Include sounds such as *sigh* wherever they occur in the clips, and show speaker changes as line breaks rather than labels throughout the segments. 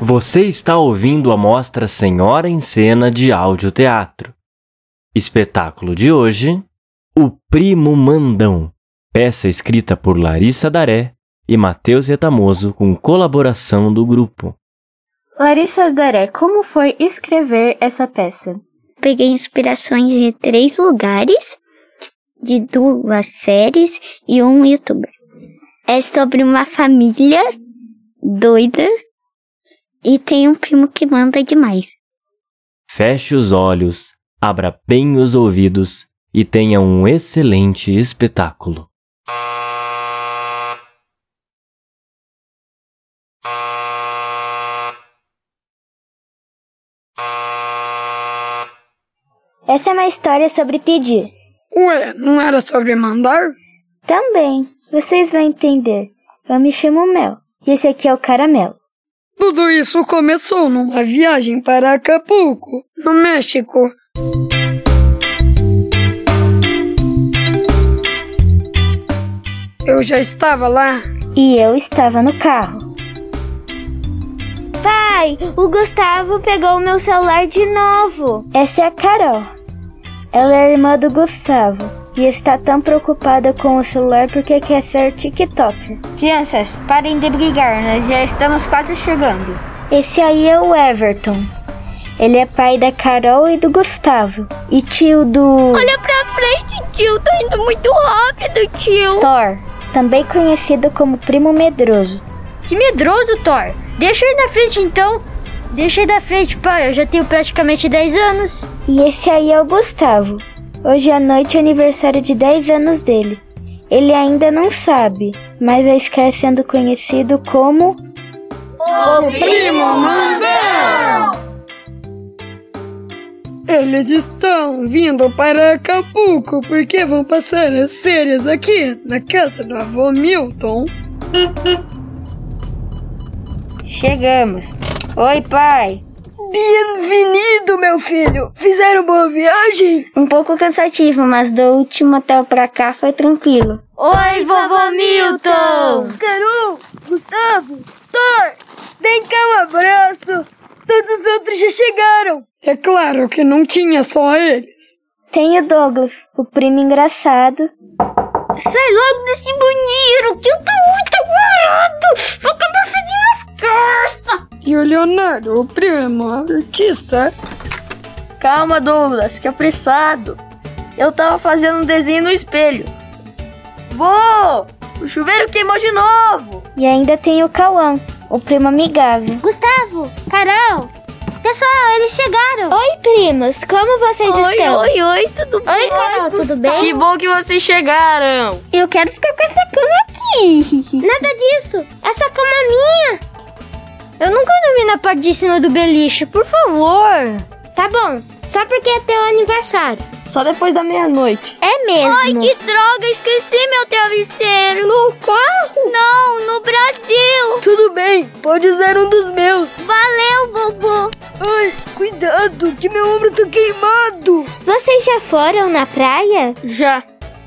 Você está ouvindo a mostra Senhora em Cena de Audioteatro. Espetáculo de hoje: O Primo Mandão. Peça escrita por Larissa Daré e Matheus Retamoso com colaboração do grupo.
Larissa Daré, como foi escrever essa peça?
Peguei inspirações de três lugares, de duas séries e um youtuber. É sobre uma família doida e tem um primo que manda demais.
Feche os olhos, abra bem os ouvidos e tenha um excelente espetáculo.
Essa é uma história sobre pedir.
Ué, não era sobre mandar?
Também, vocês vão entender. Eu me chamo Mel e esse aqui é o Caramelo.
Tudo isso começou numa viagem para Acapulco, no México. Eu já estava lá.
E eu estava no carro. Pai, o Gustavo pegou o meu celular de novo. Essa é a Carol. Ela é irmã do Gustavo e está tão preocupada com o celular porque quer ser TikToker.
Crianças, parem de brigar, nós já estamos quase chegando.
Esse aí é o Everton. Ele é pai da Carol e do Gustavo. E tio do.
Olha pra frente, tio. Tá indo muito rápido, tio.
Thor, também conhecido como Primo Medroso.
Que medroso, Thor. Deixa aí na frente então. Deixa aí na frente, pai. Eu já tenho praticamente 10 anos.
E esse aí é o Gustavo. Hoje à noite é aniversário de 10 anos dele. Ele ainda não sabe, mas vai ficar sendo conhecido como.
O Primo Mandão! Eles estão vindo para Acapulco porque vão passar as férias aqui na casa do avô Milton.
Chegamos. Oi, pai.
Bem-vindo, meu filho! Fizeram boa viagem?
Um pouco cansativo, mas do último hotel pra cá foi tranquilo.
Oi, vovô Milton!
Carol, Gustavo, Thor, vem cá um abraço! Todos os outros já chegaram! É claro que não tinha só eles.
Tem o Douglas, o primo engraçado.
Sai logo desse banheiro que eu tô muito agorado! Vou acabar fazendo as costas!
E o Leonardo, o primo artista.
Calma, Douglas, que é apressado. Eu tava fazendo um desenho no espelho. Vô! O chuveiro queimou de novo!
E ainda tem o Cauã, o primo amigável.
Gustavo, Carol, pessoal, eles chegaram!
Oi, primos, como vocês estão?
oi, oi, tudo bem?
Então, Oi, Carol, tudo bem?
Que bom que vocês chegaram!
Eu quero ficar com essa cama aqui! Nada disso, essa cama é minha! Eu nunca dormi na parte de cima do beliche, por favor! Tá bom, só porque é teu aniversário.
Só depois da meia-noite.
É mesmo.
Ai, que droga, esqueci meu travesseiro.
No carro?
Não, no Brasil.
Tudo bem, pode usar um dos meus.
Valeu, vovô.
Ai, cuidado, que meu ombro tá queimado.
Vocês já foram na praia?
Já.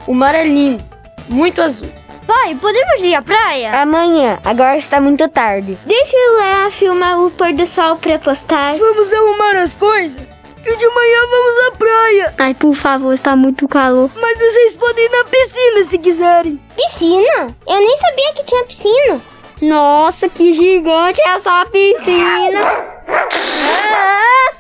O mar é lindo, muito azul.
Pai, podemos ir à praia?
Amanhã, agora está muito tarde. Deixa eu lá filmar o pôr do sol pra postar.
Vamos arrumar as coisas e de manhã vamos à praia.
Ai, por favor, está
tá
muito calor.
Mas vocês podem ir na piscina se quiserem.
Piscina? Eu nem sabia que tinha piscina.
Nossa, que gigante é essa piscina! Ah!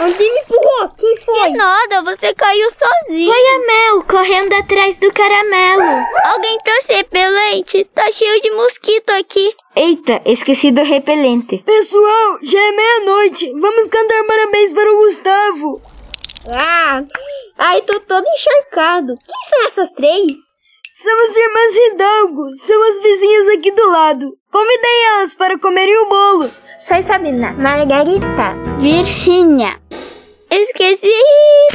Alguém me empurrou? Quem foi?
Que nada, você caiu sozinho.
Foi a Mel correndo atrás do caramelo.
Alguém trouxe repelente? Tá cheio de mosquito aqui.
Eita, esqueci do repelente.
Pessoal, já é meia-noite. Vamos cantar parabéns para o Gustavo.
Ah, ai, tô todo encharcado. Quem são essas três?
São as irmãs Hidalgo. São as vizinhas aqui do lado. Convidei elas para comerem o bolo.
Soy Sabina,
Margarita, Virgínia.
Esquisitas.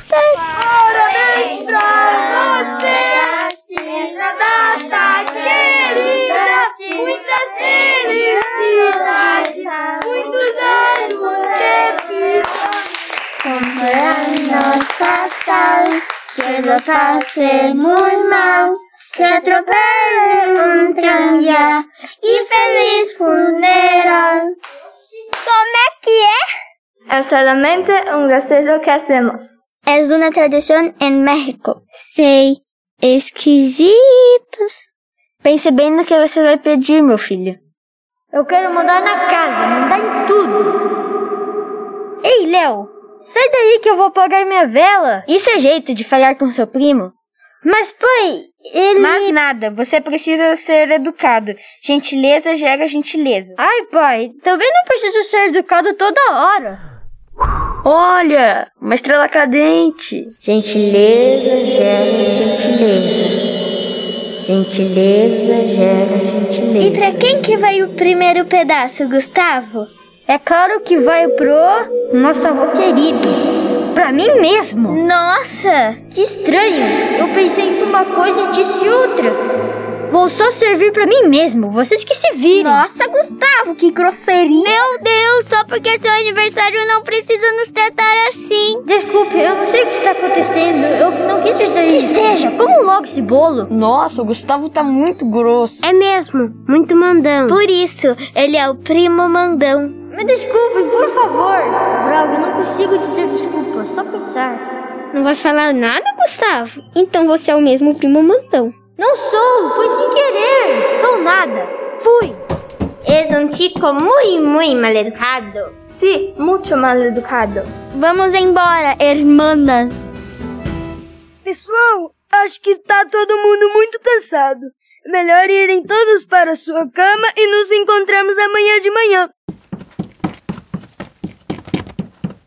Parabéns pra você nessa data querida. Muitas felicidades, muitos anos de vida.
Comprarnos fatal, que nos pasemos mal, que atropelen
um
entrância e feliz funeral.
Como é que é? É
É solamente um desejo que hacemos.
Es una tradición en México.
Sei. Esquisitos. Pense bem no que você vai pedir, meu filho.
Eu quero mandar na casa, mandar em tudo. Ei, Léo, sai daí que eu vou apagar minha vela. Isso é jeito de falar com seu primo. Mas, pai, ele.
Mas nada, você precisa ser educado. Gentileza gera gentileza.
Ai, pai, também não preciso ser educado toda hora.
Olha, uma estrela cadente.
Gentileza gera gentileza. Gentileza gera gentileza.
E pra quem que vai o primeiro pedaço, Gustavo?
É claro que vai pro nosso avô querido. Pra mim mesmo.
Nossa,
que estranho. Eu pensei em uma coisa e disse outra. Vou só servir pra mim mesmo, vocês que se virem.
Nossa, Gustavo, que grosseria.
Meu Deus, só porque é seu aniversário não precisa nos tratar assim.
Desculpe, eu não sei o que está acontecendo. Eu não quis dizer que isso. seja, vamos logo esse bolo.
Nossa, o Gustavo tá muito grosso.
É mesmo, muito mandão.
Por isso, ele é o primo mandão.
Me desculpem, por favor. Braga, eu não consigo dizer desculpa, só pensar.
Não vai falar nada, Gustavo? Então você é o mesmo primo mandão.
Não sou, foi sem querer. Sou nada. Fui.
Es um chico muito, muito mal educado.
Sim, sí, muito mal educado.
Vamos embora, irmãs.
Pessoal, acho que tá todo mundo muito cansado. Melhor irem todos para sua cama e nos encontramos amanhã de manhã.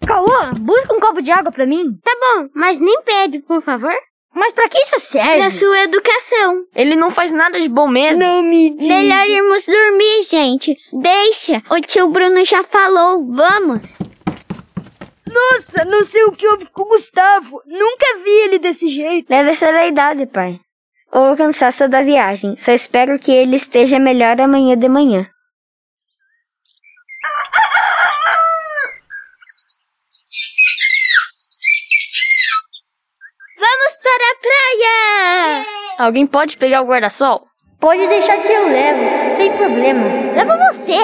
Caô, busca um copo de água pra mim.
Tá bom, mas nem pede, por favor.
Mas pra que isso serve?
Pra sua educação.
Ele não faz nada de bom mesmo.
Não me diga.
Melhor irmos dormir, gente. Deixa. O tio Bruno já falou. Vamos.
Nossa, não sei o que houve com o Gustavo. Nunca vi ele desse jeito.
Né?
Deve ser a idade, pai. Ou o cansaço da viagem. Só espero que ele esteja melhor amanhã de manhã.
Vamos para a praia!
Alguém pode pegar o guarda-sol?
Pode deixar que eu levo, sem problema.
Leva você!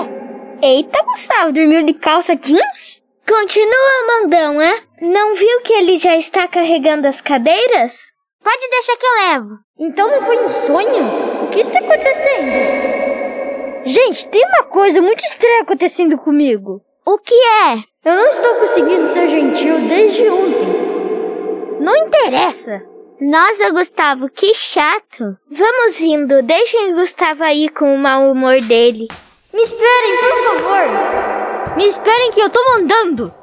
Eita, Gustavo, dormiu de calça jeans?
Continua, mandão, é? Não viu que ele já está carregando as cadeiras? Pode deixar que eu levo.
Então não foi um sonho? O que está acontecendo? Gente, tem uma coisa muito estranha acontecendo comigo.
O que é?
Eu não estou conseguindo ser gentil desde ontem. Não interessa.
Nossa, Gustavo, que chato.
Vamos indo, deixem o Gustavo aí com o mau humor dele.
Me esperem, por favor. Me esperem que eu tô mandando.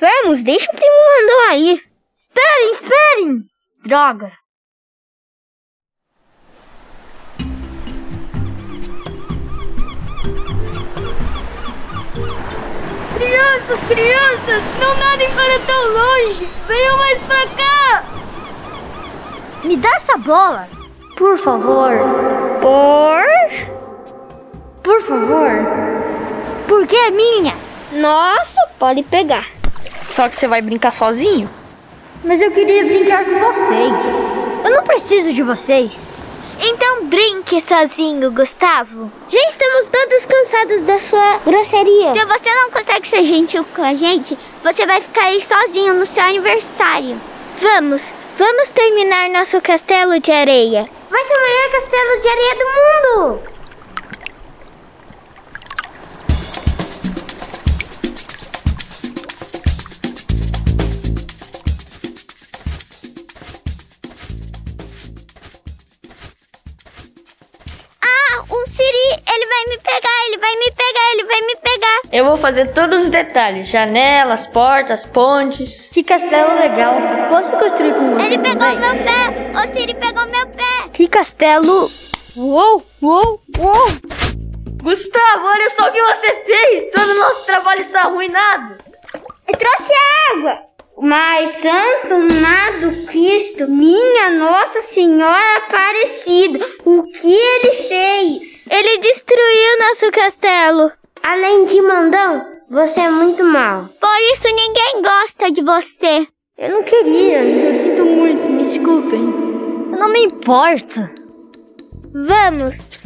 Vamos, deixa o primo mandou aí.
Esperem, esperem. Droga.
Crianças, crianças, não nadem para tão longe. Venham mais pra cá.
Me dá essa bola, por favor.
Por?
Por favor. Porque é minha.
Nossa, pode pegar.
Só que você vai brincar sozinho?
Mas eu queria brincar com vocês. Eu não preciso de vocês.
Então brinque sozinho, Gustavo.
Já estamos todos cansados da sua grosseria.
Se você não consegue ser gentil com a gente, você vai ficar aí sozinho no seu aniversário.
Vamos, vamos terminar nosso castelo de areia.
Vai ser o maior castelo de areia do mundo!
Ah, um
Eu vou fazer todos os detalhes: janelas, portas, pontes.
Que castelo legal! Posso construir com você?
Ele pegou
também?
meu pé! O Siri pegou meu pé!
Que castelo! Uou, uou, uou!
Gustavo, olha só o que você fez! Todo o nosso trabalho tá arruinado!
Eu trouxe água! Mas Santo Nado Cristo, minha Nossa Senhora Aparecida, o que ele fez?
Ele destruiu nosso castelo.
Além de mandão, você é muito mal.
Por isso ninguém gosta de você.
Eu não queria, eu sinto muito, me desculpem. Eu não me importo.
Vamos!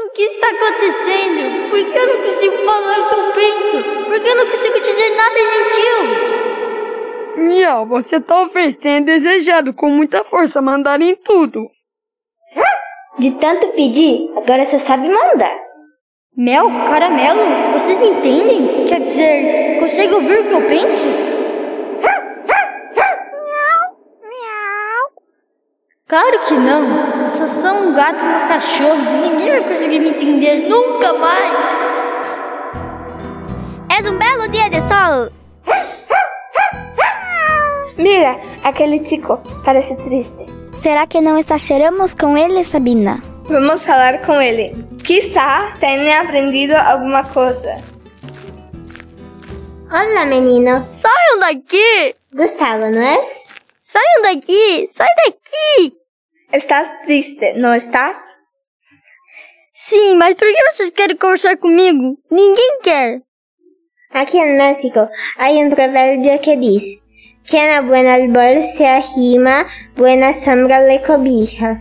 O que está acontecendo? Por que eu não consigo falar o que eu penso? Por que eu não consigo dizer nada gentil?
Miau, você talvez tenha desejado com muita força mandar em tudo.
De tanto pedir, agora você sabe mandar. Mel? Caramelo? Vocês me entendem? Quer dizer, consegue ouvir o que eu penso?
Claro que não. Só sou um gato e um cachorro. Ninguém vai conseguir me entender nunca mais.
És um belo dia de sol.
Mira, aquele tico parece triste.
Será que não estaremos com ele, Sabina?
Vamos falar com ele. Quizá tenha aprendido alguma coisa.
Olá, menino.
Saiam daqui!
Gustavo, não é?
Saiam daqui! Sai daqui!
Estás triste, não estás?
Sim, mas por que vocês querem conversar comigo? Ninguém quer!
Aqui no México, há um provérbio que diz: Quem a buen árbol se arrima, buena sombra le cobija.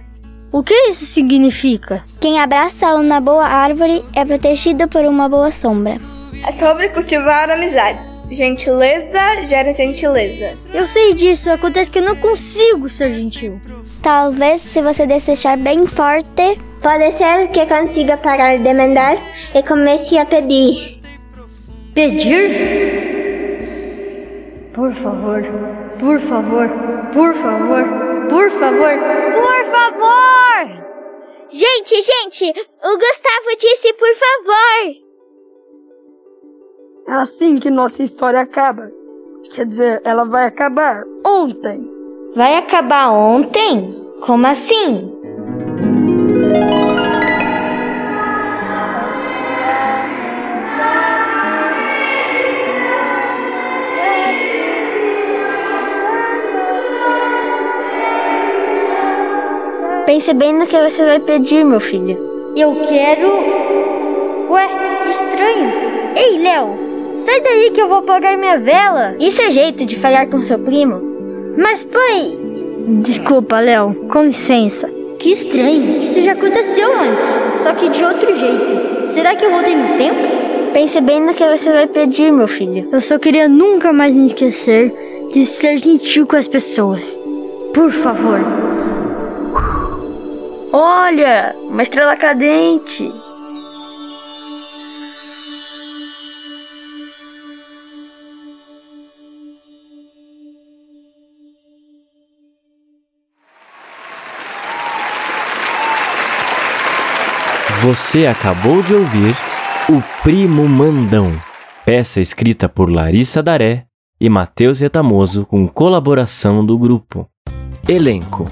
O que isso significa?
Quem abraça uma boa árvore é protegido por uma boa sombra.
É sobre cultivar amizades. Gentileza gera gentileza.
Eu sei disso, acontece que eu não consigo ser gentil.
Talvez, se você desejar bem forte,
Pode ser que consiga parar de mandar e comece a pedir.
Pedir? Por favor, por favor, por favor, por favor, por favor!
Gente, gente, o Gustavo disse por favor.
É assim que nossa história acaba. Quer dizer, ela vai acabar ontem.
Vai acabar ontem? Como assim?
Pense bem no que você vai pedir, meu filho.
Eu quero. Ué, que estranho! Ei, Léo! Sai daí que eu vou apagar minha vela! Isso é jeito de falar com seu primo? Mas, pai. Desculpa, Léo, com licença. Que estranho! Isso já aconteceu antes, só que de outro jeito. Será que eu voltei no tempo?
Pense bem no que você vai pedir, meu filho.
Eu só queria nunca mais me esquecer de ser gentil com as pessoas. Por favor.
Olha, uma estrela cadente.
Você acabou de ouvir O Primo Mandão, peça escrita por Larissa Daré e Matheus Retamoso com colaboração do grupo. Elenco: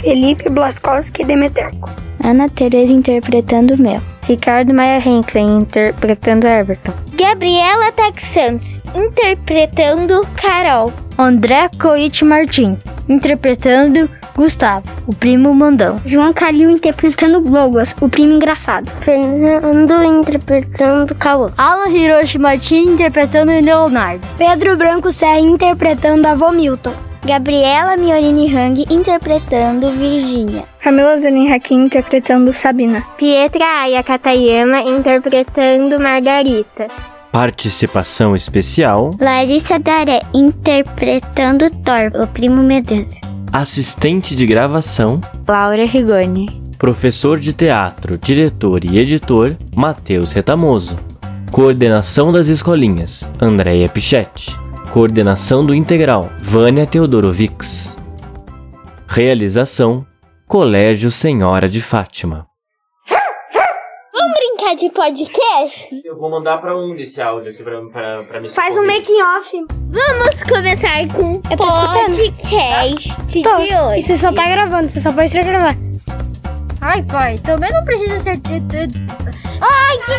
Felipe Blaskowski Demeterco.
Ana Teresa interpretando Mel.
Ricardo Maia Henklin interpretando Everton.
Gabriela Tex Santos interpretando Carol.
André Coit Martim, interpretando Gustavo, o primo mandão.
João Calil interpretando Douglas, o primo engraçado.
Fernando interpretando Cauã.
Alan Hiroshi Martin interpretando Leonardo.
Pedro Branco Serra interpretando Avô Milton. Gabriela Miorini Hang interpretando Virgínia.
Camila Zanin Hakim interpretando Sabina.
Pietra Aya Katayama interpretando Margarita.
Participação especial:
Larissa Daré interpretando Thor, o primo Medança.
assistente de gravação,
Laura Rigoni.
professor de teatro, diretor e editor Matheus Retamoso. Coordenação das escolinhas: Andréia Pichetti. Coordenação do integral: Vânia Teodorovics. Realização: Colégio Senhora de Fátima.
Vamos brincar de podcast?
Eu vou mandar pra um desse áudio aqui pra, pra, pra me
Faz um making off.
Vamos começar com o podcast
Tô.
de hoje.
E você só tá gravando, você só pode gravar.
Ai, pai, também não precisa ser.
Ai, *laughs* que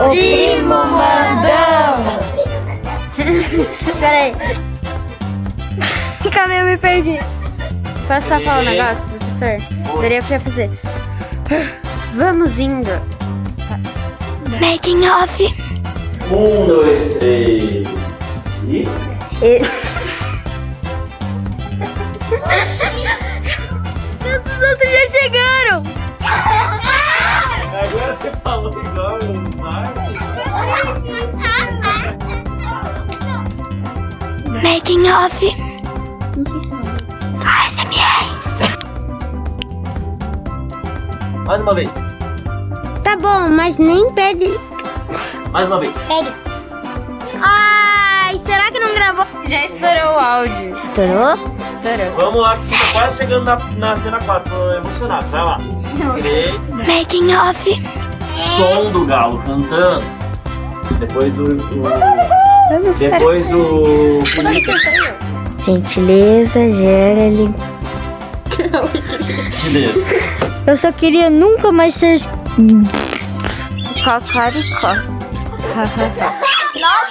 O primo mandão.
Peraí. Calma, eu me perdi. Posso só falar um
E-
negócio, professor? Daria pra fazer. Vamos indo.
Making off.
Um, dois, três. E.
Todos os outros já chegaram!
Agora você falou igual o Marcos.
Making off. Do ASMR.
Mais uma vez,
Tá bom, mas nem perde.
mais uma vez.
Perde. Ai, será que não gravou? Já estourou o áudio. Estourou? Estourou.
Vamos lá, que você tá quase chegando na, na cena 4. Tô emocionado, vai lá. Três.
Making off.
Som do galo cantando. Depois o. o- depois o.
Gentileza, gera lim-
Beleza.
Eu só queria nunca mais ser.
Cocoricó.
Nossa,